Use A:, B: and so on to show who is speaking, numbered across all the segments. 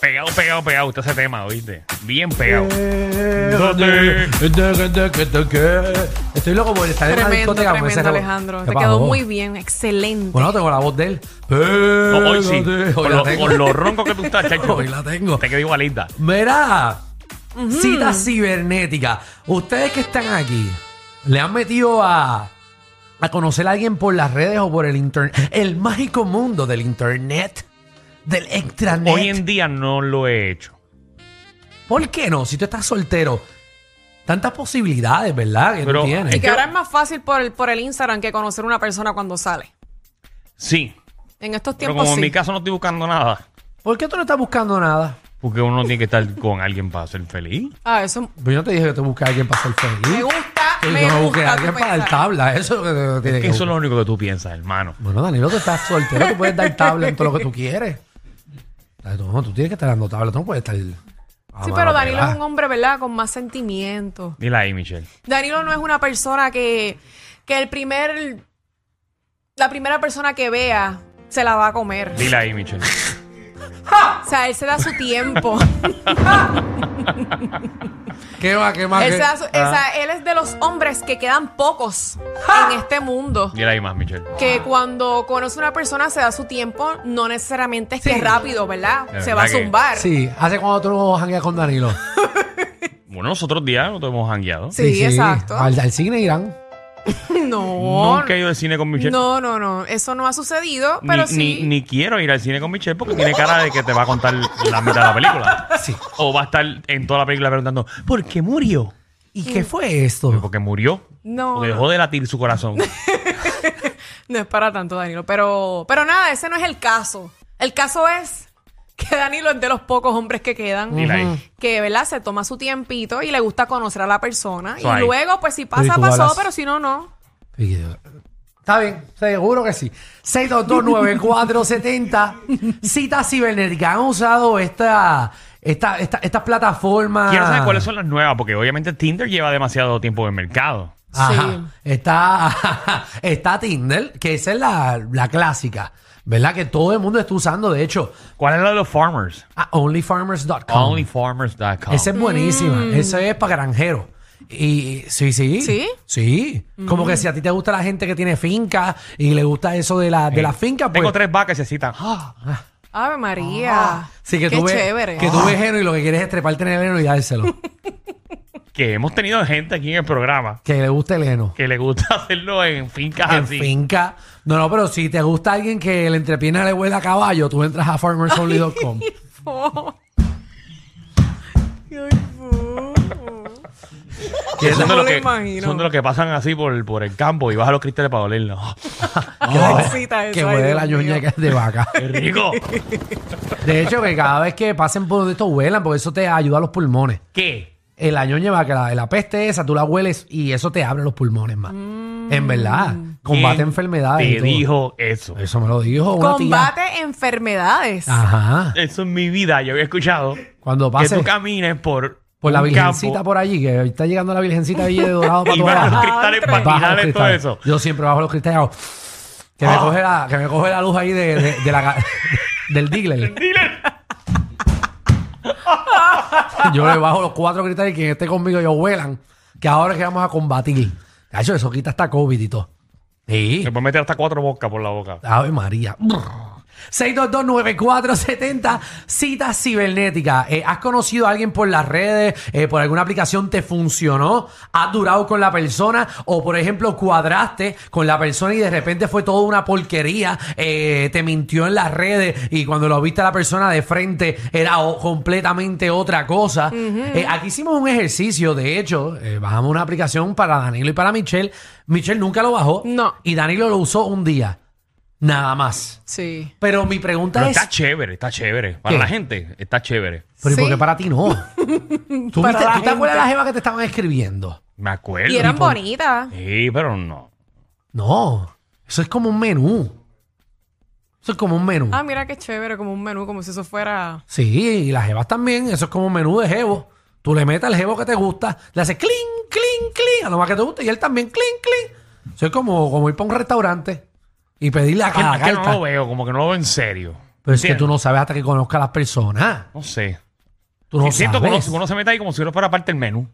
A: Pegado, pegado, pegado. Usted ese tema, ¿oíste? Bien pegado.
B: Eh, Date, date, date, date. Estoy loco por estar en la
C: Tremendo,
B: discoteca. como
C: tremendo,
B: ese rabo-
C: Alejandro.
B: ¿Qué
C: Te
B: pasó?
C: quedó muy bien, excelente.
B: Bueno, tengo la voz de él.
A: No, hoy sí.
B: Pégate. Hoy
A: Con
B: la
A: lo,
B: tengo.
A: con lo ronco que tú estás, chacho.
B: Hoy la tengo.
A: Te quedó igualita.
B: Mira, cita cibernética. Ustedes que están aquí, le han metido a, a conocer a alguien por las redes o por el internet. El mágico mundo del internet, del extranet.
A: Hoy en día no lo he hecho.
B: ¿Por qué no? Si tú estás soltero, tantas posibilidades, ¿verdad? Que
A: Pero,
B: tú tienes.
C: y que
A: yo-
C: ahora es más fácil por el, por el Instagram que conocer una persona cuando sale.
A: Sí.
C: En estos
A: Pero
C: tiempos
A: como en
C: sí.
A: mi caso no estoy buscando nada.
B: ¿Por qué tú no estás buscando nada?
A: Porque uno tiene que estar con alguien para ser feliz.
C: Ah, eso
B: Pues yo no te dije que te busque a alguien para ser feliz.
C: me gusta,
B: Sí,
C: me
B: yo no busqué a
C: gusta tu
B: alguien para dar
C: pensar.
B: tabla. Eso es lo que te- te tiene
A: Eso
B: que
A: es
B: buscar.
A: lo único que tú piensas, hermano.
B: Bueno, Danilo, tú estás soltero, tú puedes dar tabla en todo lo que tú quieres. Ay, tú- No, tú tienes que estar dando tabla, tú no puedes estar. Ah,
C: Sí, pero Danilo es un hombre, ¿verdad? Con más sentimientos.
A: Dile ahí, Michelle.
C: Danilo no es una persona que, que el primer, la primera persona que vea se la va a comer.
A: Dile ahí, Michelle.
C: O sea, él se da su tiempo.
B: ¿Qué va, qué más?
C: él,
B: qué?
C: se da su- o sea, él es de los hombres que quedan pocos en este mundo.
A: Dile ahí más, Michelle.
C: Que cuando conoce a una persona se da su tiempo, no necesariamente es que rápido, ¿verdad?
A: De
C: se
A: verdad
C: va a
A: que-
C: zumbar.
B: Sí, hace cuando tú no jangueas con Danilo.
A: Bueno, nosotros días no te hemos hangueado.
C: Sí, exacto.
B: Al, al cine irán.
C: No.
A: Nunca he ido al cine con Michelle.
C: No, no, no. Eso no ha sucedido,
A: Ni,
C: pero
A: ni-
C: sí.
A: ni quiero ir al cine con Michelle porque tiene cara de que te va a contar la mitad de la película.
B: Sí.
A: O va a estar en toda la película preguntando, ¿por qué murió?
B: ¿Y qué fue esto?
A: Porque murió.
C: No,
A: Porque
C: no.
A: dejó de latir su corazón.
C: No es para tanto, Danilo. Pero, pero nada, ese no es el caso. El caso es que Danilo es de los pocos hombres que quedan.
A: Dile ahí.
C: Que, ¿verdad? Se toma su tiempito y le gusta conocer a la persona.
A: Eso
C: y
A: ahí.
C: luego, pues si
B: Oye,
C: pasa,
B: tú
C: pasó,
B: hablas-
C: pero si no, no.
B: Y yo, Está bien, seguro que sí. 6229470. Cita cibernética. Han usado esta, esta, esta, estas plataformas.
A: Quiero
C: Ah.
A: saber cuáles son las nuevas porque obviamente Tinder lleva demasiado tiempo en el mercado.
B: Ajá. Está, está Tinder, que esa es la, la clásica, ¿verdad? Que todo el mundo está usando, de hecho,
A: ¿Cuál es la de los farmers?
B: a onlyfarmers.com.
A: Onlyfarmers.com.
B: Esa es buenísima. Esa es para granjeros. Y sí, sí.
C: ¿Sí?
B: Sí. Como que si a ti te gusta la gente que tiene finca y le gusta eso de la, de la finca, pues.
A: Tengo tres vacas y se citan. Ah,
C: Ave María.
B: Ah, Sí, que
C: Ah, Qué
B: tú ves,
C: chévere. Ah.
B: que tú ves heno y lo que quieres es treparte en el heno y dárselo.
A: que hemos tenido gente aquí en el programa
B: que le guste el heno.
A: que le gusta hacerlo en fincas
B: En
A: así.
B: finca. No, no, pero si te gusta alguien que la entrepierna le huele a caballo, tú entras a farmersonly.com.
C: Oh. Ay, fu.
A: Que son, de
C: No
A: los
C: lo
A: que,
C: imagino.
A: son de los que pasan así por, por el campo y bajan los cristales para olerlo.
C: Qué sexita eso,
B: que
C: ay,
B: huele
C: Dios
B: la
C: mío.
B: ñoña que es de vaca.
A: ¡Qué rico!
B: De hecho, que cada vez que pasen por donde estos huelan, porque eso te ayuda a los pulmones.
A: ¿Qué?
B: El añoña vaca, la, la peste esa, tú la hueles y eso te abre los pulmones más.
C: Mm.
B: En verdad. Combate
A: ¿Quién
B: enfermedades. y
A: Te
B: todo.
A: dijo eso.
B: Eso me lo dijo una tía.
C: Combate enfermedades.
A: Ah.
B: Ajá.
A: Eso en mi vida yo había escuchado.
B: Cuando
A: Que
B: pase
A: tú camines por.
B: por la
A: un
B: virgencita
A: campo
B: por allí, que está llegando la virgencita de Villa de Dorado para
A: Y
B: todos
A: bajan los
B: lados.
A: cristales
C: Baja los
B: Bajo los
A: para tirar todo
B: cristales.
A: eso. Ah.
B: Yo siempre bajo los cristales. y hago, Que, me coge la, que me coge la luz ahí de, de- de la, ga- del dealer.
A: Dile.
B: Yo le bajo los cuatro cristales y quien esté conmigo ellos huelan. Que ahora es que vamos a combatir. Cacho, eso quita hasta COVID y todo. Sí.
A: Se puede meter hasta cuatro bocas por la boca.
B: Ave María. Brr. 6229470, cita cibernética. Eh, ¿Has conocido a alguien por las redes, eh, por alguna aplicación te funcionó? ¿Has durado con la persona? O, por ejemplo, cuadraste con la persona y de repente fue toda una porquería, eh, te mintió en las redes y cuando lo viste a la persona de frente era o- completamente otra cosa. Eh, aquí hicimos un ejercicio, de hecho, eh, bajamos una aplicación para Danilo y para Michelle. Michelle nunca lo bajó
C: No.
B: y Danilo lo usó un día. Nada más.
C: Sí.
B: Pero mi pregunta
A: Pero
B: es.
A: está chévere, está chévere. Para
B: ¿Qué?
A: la gente, está chévere.
B: Pero ¿y por
C: Sí.
B: qué para ti no? ¿Tú,
C: Para
B: viste-
C: la
B: tú te acuerdas
C: gente.
B: de la jeva que te estaban escribiendo?
A: Me acuerdo.
C: Y eran bonitas.
A: Sí, pero no.
B: No. Eso es como un menú. Eso es como un menú.
C: Ah, mira qué chévere, como un menú, como si eso fuera.
B: Sí, y las jevas también. Eso es como un menú de jevo. Tú le metes al jevo que te gusta, le haces clink, clink, clink, a lo más que te gusta, y él también clink, clink. Eso es como, como ir para un restaurante y pedirle a
A: Es que-
B: cada
A: es Ah, que no
B: carta.
A: lo veo, como que no lo veo en serio.
B: Ah, Pero es que
A: Entiendo.
B: tú no sabes hasta que conozcas a las personas.
A: No sé.
B: Tú no
A: Sí, siento que uno,
B: sabes.
A: uno se mete ahí como si uno fuera parte del menú.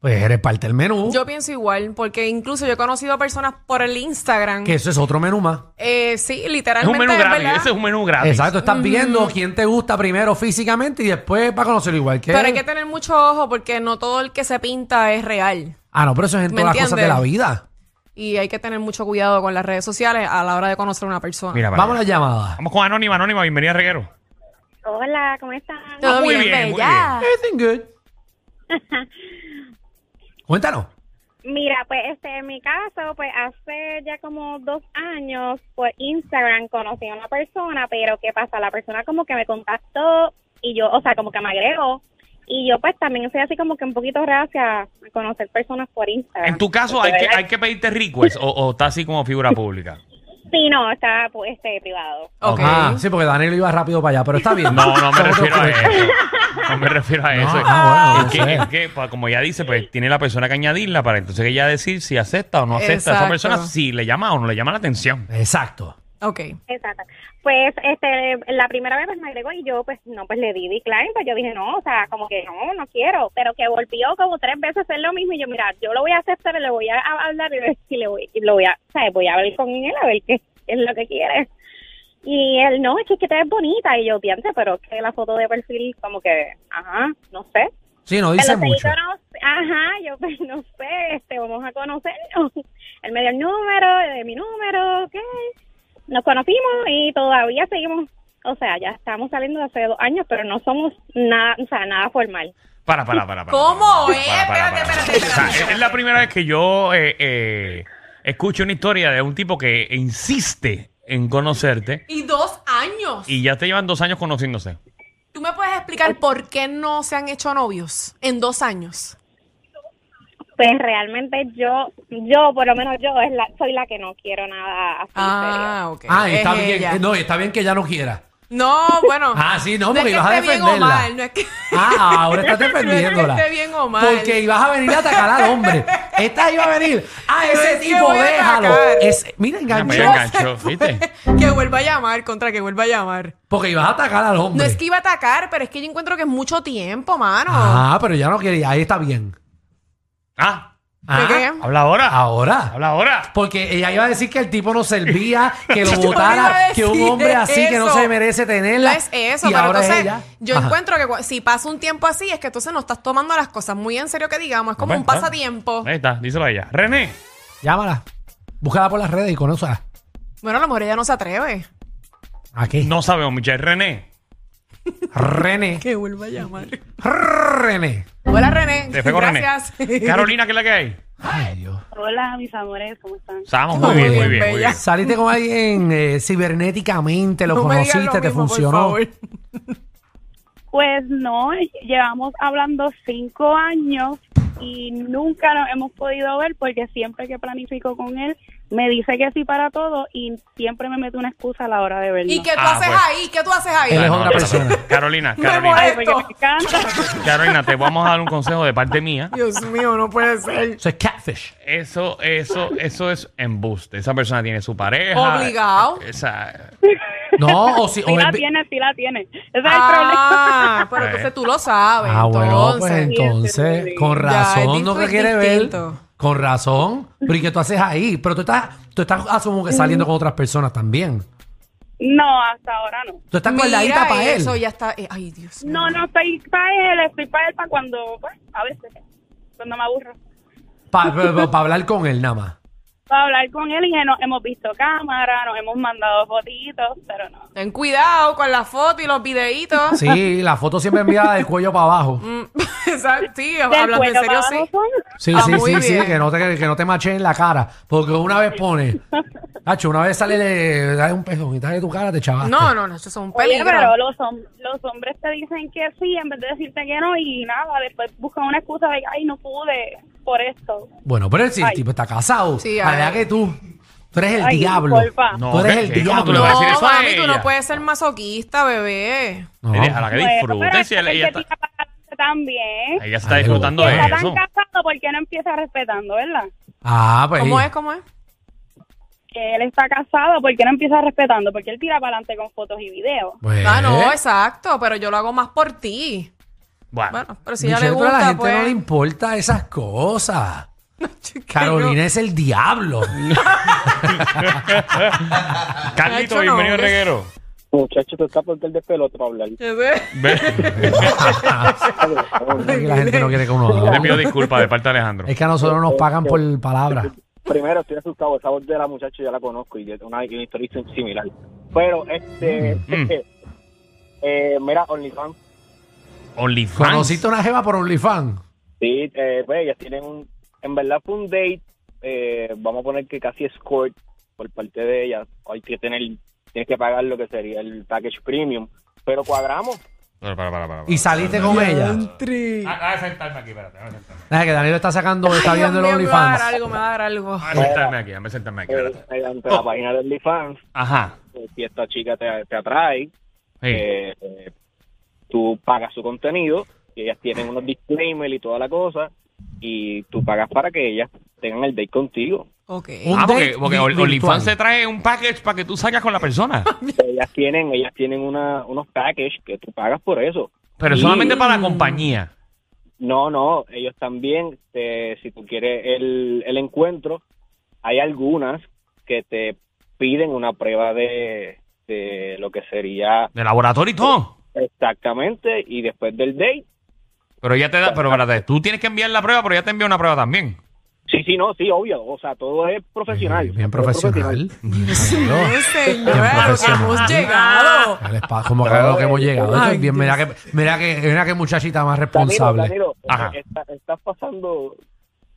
B: Pues eres parte del menú.
C: Yo pienso igual, porque incluso yo he conocido a personas por el Instagram.
B: Que eso es otro menú más.
C: Eh, sí,
A: Es un
C: literalmente.
A: menú
C: es
A: gratis.
C: verdad.
A: Ese es un menú gratis.
B: Exacto, estás viendo quién te gusta primero físicamente y después para conocerlo igual que.
C: Pero hay que tener mucho ojo porque no todo el que se pinta es real.
B: Ah, no, pero eso es en
C: ¿Me
B: todas las cosas de
C: entiendes?
B: la vida.
C: Y hay que tener mucho cuidado con las redes sociales a la hora de conocer a una persona.
A: Mira, para
B: Vamos a la
A: allá.
B: llamada.
A: Vamos con Anónima, Anónima. Bienvenida, Reguero.
D: Hola, ¿cómo están?
C: Todo
A: Ah, Muy
C: bien,
A: bien, muy
C: bella.
B: Everything good. Cuéntanos.
D: Mira, pues este, en mi caso, pues hace ya como dos años por Instagram conocí a una persona, pero ¿qué pasa? La persona como que me contactó y yo, o sea, como que me agregó. Y yo pues también soy así como que un poquito rara hacia conocer personas por Instagram.
A: En tu caso,
D: Porque,
A: hay que,
D: ¿verdad?
A: hay que pedirte request o, o está así como figura pública.
D: Sí, no, está pues, este, privado.
C: Ok.
B: Ah, sí, porque Danilo iba rápido para allá, pero está bien.
A: No, no me
B: Somos
A: refiero a eso. No me refiero
B: otros.
A: a
B: No,
A: eso.
B: ah, bueno,
A: es que,
B: no sé.
A: es que, pues, como ya dice, pues tiene la persona que añadirla para entonces ella decir si acepta o no acepta a esa
C: Exacto.
A: persona, si le llama o no le llama la atención.
B: Exacto.
C: Ok.
D: Exacto. Pues este, la primera vez pues, me agregó y yo pues no, pues le di decline, pues yo dije no, o sea, como que no, no quiero, pero que volvió como tres veces a hacer lo mismo y yo, mira, yo lo voy a aceptar, le voy a hablar y le- y le voy, y lo voy a, o sea, voy a hablar con él a ver qué es lo que quiere. Y él, no, es que, es que te ves bonita y yo, pienso, pero es que la foto de perfil como que, ajá, no sé.
B: Sí, no dice
D: Pero
B: mucho.
D: ajá, yo pues no sé, este, vamos a conocernos. Él me dio el número, de mi número, ok. Nos conocimos y todavía seguimos, o sea, ya estamos saliendo de hace dos años, pero no somos nada, o sea, nada formal.
A: Para, para, para. para
C: ¿Cómo,
A: para,
C: eh?
A: para, para,
C: Espérate,
A: para.
C: espérate, espérate.
A: O sea, es- es la primera vez que yo eh, eh, escucho una historia de un tipo que insiste en conocerte
C: Y dos años.
A: y ya te llevan dos años conociéndose.
C: ¿Tú me puedes explicar por qué no se han hecho novios en dos años?
D: Pues realmente yo, yo, por lo menos yo, es la, soy la que no quiero nada así serio.
C: Ah, ok.
B: Ah, y está
C: Es
B: bien.
C: ella.
B: eh, No, y está bien que ya no quiera.
C: No, bueno.
B: Ah, sí, no, porque
C: es que
B: ibas a
C: esté bien o
B: defenderla.
C: mal, no es que...
B: Ah, ahora estás
C: No
B: defendiéndola.
C: es que esté bien o mal.
B: Porque ibas a venir a atacar al hombre. Esta iba a venir. Ah, ese
C: Es que
B: tipo,
C: voy a
B: déjalo.
C: atacar.
B: Es, mira,
A: Ya me
B: enganchó.
A: enganchó, pues, ¿viste?
C: que vuelva a llamar, contra que vuelva a llamar.
B: Porque ibas a atacar al hombre.
C: No es que iba a atacar, pero es que yo encuentro que es mucho tiempo, mano.
B: Ah, pero ya no quería. Ahí está bien.
A: Ah,
B: Ah,
C: qué?
A: habla ahora.
B: Ahora.
A: Habla ahora.
B: Porque ella iba a decir que el tipo no servía, que lo
C: Yo iba a
B: votara,
C: decir
B: que un hombre así que no
C: eso.
B: se merece
C: No
B: tenerla.
C: es eso,
B: y
C: pero
B: ahora es
C: entonces
B: ella.
C: yo
B: Ajá.
C: encuentro que cua- si pasa un tiempo así, es que entonces no estás tomando las cosas muy en serio que digamos, es como
A: Bueno,
C: un pasatiempo.
A: Pues, Ahí está, díselo a ella. René.
B: Llámala. Búscala por las redes y conócela.
C: Bueno, a lo mejor ella no se atreve.
B: Aquí.
A: No sabemos, Michelle. René.
B: René.
C: Que vuelva a llamar.
B: René.
C: Hola René.
A: Te fue con René.
C: Gracias.
A: Carolina, ¿qué es la que hay?
B: Ay, Dios.
D: Hola, mis amores, ¿cómo están?
A: Estamos muy bien, muy bien, muy
C: bella.
A: bien.
B: Saliste con alguien eh, cibernéticamente, lo
C: No me digas
B: conociste,
C: lo
B: te
C: mismo, por
B: funcionó.
C: favor.
D: Pues no, llevamos hablando cinco años y nunca nos hemos podido ver porque siempre que planifico con él me dice que sí para todo y siempre me mete una excusa a la hora de verlo.
C: ¿Y qué tú
A: Ah,
C: haces
A: pues.
C: ahí? ¿Qué tú haces ahí?
B: Él es
A: No, no,
B: otra
A: no, no.
B: persona.
A: Carolina,
C: Me molesta.
A: Carolina.
D: Ay, porque me encanta.
A: Carolina, te vamos a dar un consejo de parte mía.
C: Dios mío, no puede ser.
B: Eso es catfish.
A: Eso, eso, eso es embuste. Esa persona tiene su pareja.
C: Obligado.
A: Esa,
B: No, o si.
D: Sí
B: O
D: la
B: es-
D: tiene, sí la tiene. Ese es el
C: Ah, pero
A: Eh.
C: entonces tú lo sabes.
B: Ah, bueno, pues
C: entonces.
B: entonces,
D: Sí, sí, sí.
B: con
C: Ya,
B: razón
C: es
B: no te
C: distinto,
B: quiere
C: es
B: ver.
C: distinto.
B: Con razón. Pero ¿y qué tú haces ahí? Pero tú estás, tú estás asumo que
C: Mm.
B: saliendo con otras personas también.
D: problema. No, hasta ahora no.
B: Tú estás con la
C: Mira
B: guita para él.
C: eso, ya está. eh, Ay, Dios mío.
D: No, no estoy para él, estoy para él para cuando, pues, a veces, cuando me aburro.
B: Para hablar con él nada más.
D: Para hablar con él y que nos hemos visto cámara, nos hemos mandado fotitos, pero no.
C: Ten cuidado con la foto y los videitos.
B: Sí, la foto siempre enviada del cuello para abajo.
C: Mm, exacto, sí, hablando en
D: Del
C: serio,
D: cuello para
C: sí.
D: abajo,
B: Sí,
C: Ah,
B: sí,
C: muy
B: sí, sí,
C: bien.
B: que no te, que no te macheen la cara. Porque una vez pone, Nacho, una vez sale, le dale un peso, mitad de tu cara, te chavaste.
C: No, no, no, eso es un
D: Oye,
C: peligro.
D: pero los, hom- los hombres te dicen que sí en vez de decirte que no y nada, después buscan una excusa de, ay, no pude por esto.
B: Bueno, pero si el
D: Ay.
B: tipo está casado,
C: Sí,
B: la verdad
C: ay.
B: que tú, tú eres el
D: Ay,
B: diablo.
D: disculpa.
A: No,
B: tú eres
A: ¿qué-
B: el
A: qué? ¿Cómo tú
B: diablo.
A: le vas a decir
C: no,
A: eso a
C: mami, tú no
A: ella?
C: puedes ser masoquista, bebé.
B: No.
A: Déjala que disfrute. Si
D: el
A: ella, ella está,
D: también.
A: ella se está
B: Ay,
A: disfrutando
D: Si
A: de
D: está
A: eso.
D: tan casado, ¿por qué no empieza respetando, verdad?
B: Ah, pues.
C: ¿Cómo
B: ahí.
C: es? ¿Cómo es?
D: porque él está casado, porque no empieza respetando, porque él tira para adelante con fotos y videos.
B: Pues,
C: Ah, no, exacto, pero yo lo hago más por ti.
A: Bueno,
C: Bueno, pero si ya
B: Michelle,
C: le
B: pero a la
C: gusta,
B: gente
C: pues.
B: no le importa esas cosas.
C: Chica,
B: Carolina es el diablo.
A: Carlito,
C: Nacho, no.
A: bienvenido al reguero.
E: Muchacho, tú estás porque el despelote para hablar.
C: yo- yo sé.
B: Que la gente no quiere que uno
A: Le
B: hable.
A: pido disculpas de parte de Alejandro.
B: Es que a nosotros nos pagan por palabras.
E: Primero, estoy asustado. Esa voz de la muchacha ya la conozco y de- una, y una historia sim- similar. Pero, este.
A: Mm.
E: eh, mira, OnlyFans.
B: ¿Conociste
A: OnlyFans.
B: una jeva por OnlyFans?
E: Sí, eh, pues ellas tienen un. En verdad fue un date. eh, vamos a poner que casi escort por parte de ellas. Hay que tener. Tienes que pagar lo que sería el package premium. Pero cuadramos. eh,
A: Para, para, para, para.
B: ¿Y saliste con ella?
C: Country.
A: Ah, Déjame sentarme aquí, espérate. Déjame sentarme.
B: Nada, que Danilo está sacando, está
C: Ay, Dios
B: viendo el
C: mío, me va a dar
B: OnlyFans.
C: algo, me va a dar algo.
A: Déjame sentarme aquí, déjame sentarme aquí.
E: eh,
A: espérate.
E: mediante
A: Oh.
E: la página de OnlyFans.
A: Ajá.
E: eh, si esta chica te, te atrae.
A: Sí.
E: Eh, eh, tú pagas su contenido y ellas tienen unos disclaimers y toda la cosa y tú pagas para que ellas tengan el date contigo.
C: Ok.
B: Un
A: Ah, porque,
B: date
A: porque
B: vi-
A: Ol- OnlyFans se
B: virtual.
A: trae un package para que tú salgas con la persona.
E: Ellas tienen ellas tienen una, unos packages que tú pagas por eso.
A: Pero
E: Y-
A: solamente para la compañía.
E: No, no, ellos también, te- si tú quieres el, el encuentro, hay algunas que te piden una prueba de, de lo que sería
A: De laboratorio y
B: Oh.
A: todo.
E: exactamente y después del date.
A: Pero ya te da, pero espérate, tú tienes que enviar la prueba, pero ya te envía una prueba también.
E: Sí, sí, no, sí, obvio, o sea, todo es profesional.
B: Bien
E: Todo es
B: profesional. Claro.
C: No, señora, lo que hemos
B: profesional.
C: llegado.
B: Dale, pa- Como que a lo que hemos llegado. Esto es bien, mira, que, mira, que, mira que muchachita más
E: Danilo,
B: responsable.
E: Danilo,
A: Ajá.
E: eh, está- estás pasando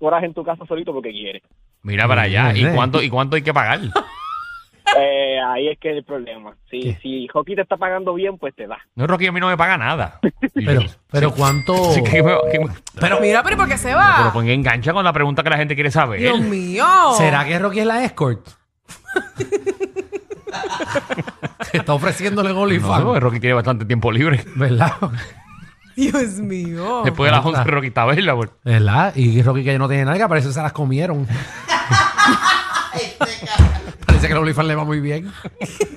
E: horas en tu casa solito porque quieres.
A: Mira
B: Mm,
A: para allá. ¿Y
B: Bien.
A: cuánto, y cuánto hay que pagar?
E: Eh, ahí es que es el problema. Si, si Joaquín te está pagando bien, pues te da.
A: No, Rocky a mí no me paga nada.
B: Pero, pero cuánto. Ah.
A: Sí, que me- que me-
C: Pero mira, pero ¿por qué se
A: pero
C: va?
A: pues engancha con la pregunta que la gente quiere saber.
C: Dios mío.
B: ¿Será que Rocky es la escort? está ofreciéndole en
A: No,
B: OnlyFans.
A: porque Rocky tiene bastante tiempo libre.
B: ¿Verdad?
C: Dios mío.
A: Después de las 11 Rocky está verla, pues.
B: ¿Verdad? Y Rocky que no tiene nalga, parece que se las comieron. parece que el OnlyFans le va muy bien.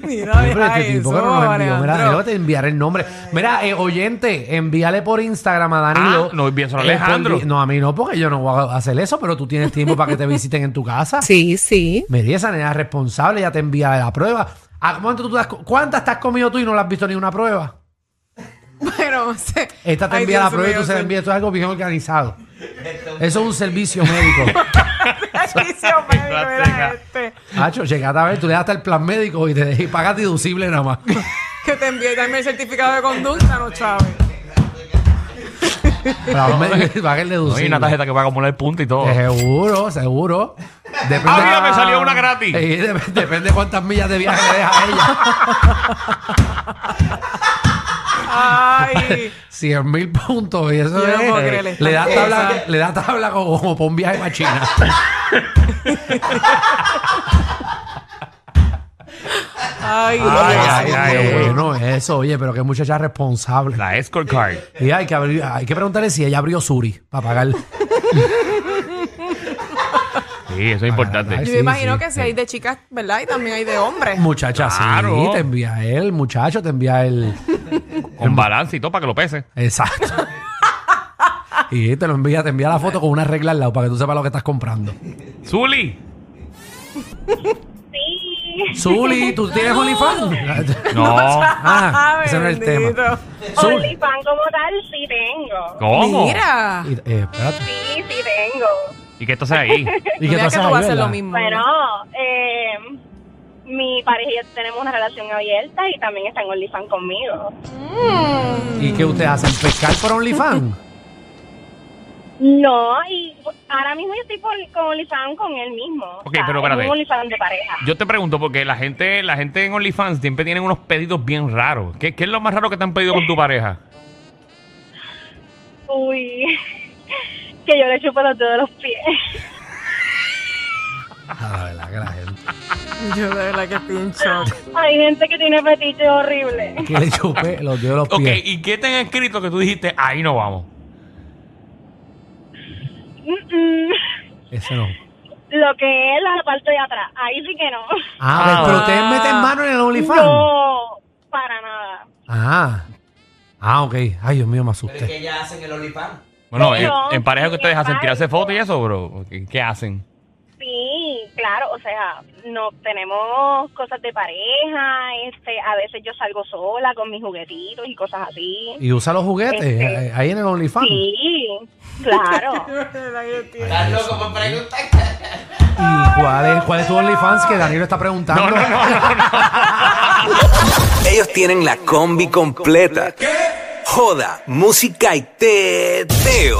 C: Mira,
B: Oye, pero
C: deja
B: este tipo
C: eso,
B: que no nos envió. Mira,
C: Alejandro.
B: Danilo, te enviaré el nombre. Mira, eh, oyente, envíale por Instagram a Danilo.
A: Ah,
B: Eh,
A: no envíes a
B: por
A: Alejandro.
B: di- no, a mí no, porque yo no voy a hacer eso, pero tú tienes tiempo para que te visiten en tu casa.
C: Sí, sí.
B: Mira, esa nena es responsable, ya te envía la prueba. ¿A cuánto tú te has co- ¿Cuántas te has comido tú y no le has visto ni una prueba?
C: Bueno, se-
B: Esta te
C: Ay,
B: envía
C: Dios
B: la prueba y
C: mío,
B: tú se la
C: se-
B: envías. Esto es algo bien organizado. Eso es un servicio médico.
C: Ay, Dios mío, mira este.
B: Hacho, llegaste a ver, tú le das hasta el plan médico y te y pagas deducible nada más.
C: Que te envíe también el certificado de conducta, no Chávez.
B: Pero me- paga el
A: No,
B: deducible.
A: hay una tarjeta que va a acumular punto y todo.
B: Eh, Seguro, seguro. Depende,
A: Oh. ¡Ah, mira, me salió una gratis!
B: Eh, dep- depende cuántas millas de viaje le deja a ella.
C: Ay.
B: 100 mil puntos. Y eso
C: Yo no
B: es-
C: puedo creer esta
B: le, da tabla,
C: cosa.
B: le da tabla como, como para un viaje para China.
C: Ay,
A: Ay, ay,
C: Dios
A: ay,
B: Qué
A: ay.
C: mío.
B: bueno eso, oye, pero qué muchacha responsable.
A: La escort card.
B: Y hay que, abrir- hay que preguntarle si ella abrió Suri para pagar.
A: Sí, eso es
B: Ay,
A: importante.
C: Yo
B: sí,
C: me imagino
B: sí,
C: que
B: sí.
C: si hay de chicas, ¿verdad? Y también hay de hombres.
B: Muchacha,
A: Claro.
B: sí, te envía él, muchacho, te envía él.
A: Con balance y todo para que lo pese.
B: Exacto. y te lo envía, te envía la foto con una regla al lado para que tú sepas lo que estás comprando.
A: Zuli.
D: Sí.
B: Zuli, ¿tú tienes OnlyFans?
A: No.
B: Ah,
C: Ay,
B: ese no era el tema.
C: bendito.
B: Zuli.
D: OnlyFans como tal sí tengo.
A: ¿Cómo?
C: Mira.
B: Y, eh, espérate.
D: Sí, sí tengo.
A: ¿Y qué estás ahí?
B: ¿Y qué tú
C: No veas
B: haces ahí,
C: que tú vas a hacer
B: verdad?
C: lo mismo.
D: Bueno, eh, mi pareja y yo tenemos una relación abierta y también está en OnlyFans conmigo.
B: ¿Y qué ustedes hacen? ¿Pescar por OnlyFans?
D: No, y ahora mismo yo estoy por, con OnlyFans con él mismo.
A: Ok, pero
D: es
A: espérate.
D: Un OnlyFans de pareja.
A: Yo te pregunto porque la gente, la gente en OnlyFans siempre tienen unos pedidos bien raros. ¿Qué, qué es lo más raro que te han pedido con tu pareja?
D: Uy, que yo le chupo los dedos de los pies.
B: Ah, la verdad que la gente.
C: Yo de verdad que estoy en shock.
D: Hay gente que tiene fetiche horrible.
B: Que le chupé los dedos de los
A: Ok,
B: pies.
A: ¿y qué te han escrito que tú dijiste, ahí no vamos?
D: Mm, mm.
B: Ese no.
D: Lo que es la parte de atrás. Ahí sí que no.
B: Ah,
A: Ah.
B: pero ustedes meten mano en el OnlyFans.
D: No, para nada.
B: Ah. Ah, ok. Ay, Dios mío, me asusté.
F: Pero es que ya hacen el OnlyFans.
A: Bueno, en,
D: Pero,
A: en pareja que ustedes hacen,
D: ay,
A: tirarse fotos y eso, bro. ¿Qué, qué hacen?
D: Sí, claro, o sea, no tenemos cosas de pareja, este, a veces yo salgo sola con mis juguetitos y cosas así.
B: Y usa los juguetes
D: Este.
B: eh, ahí en el OnlyFans.
D: Sí, claro.
F: Estás loco por preguntar.
B: ¿Y cuál es, cuál es tu OnlyFans que Danilo está preguntando?
G: Ellos tienen la combi completa. Joda, música y teo.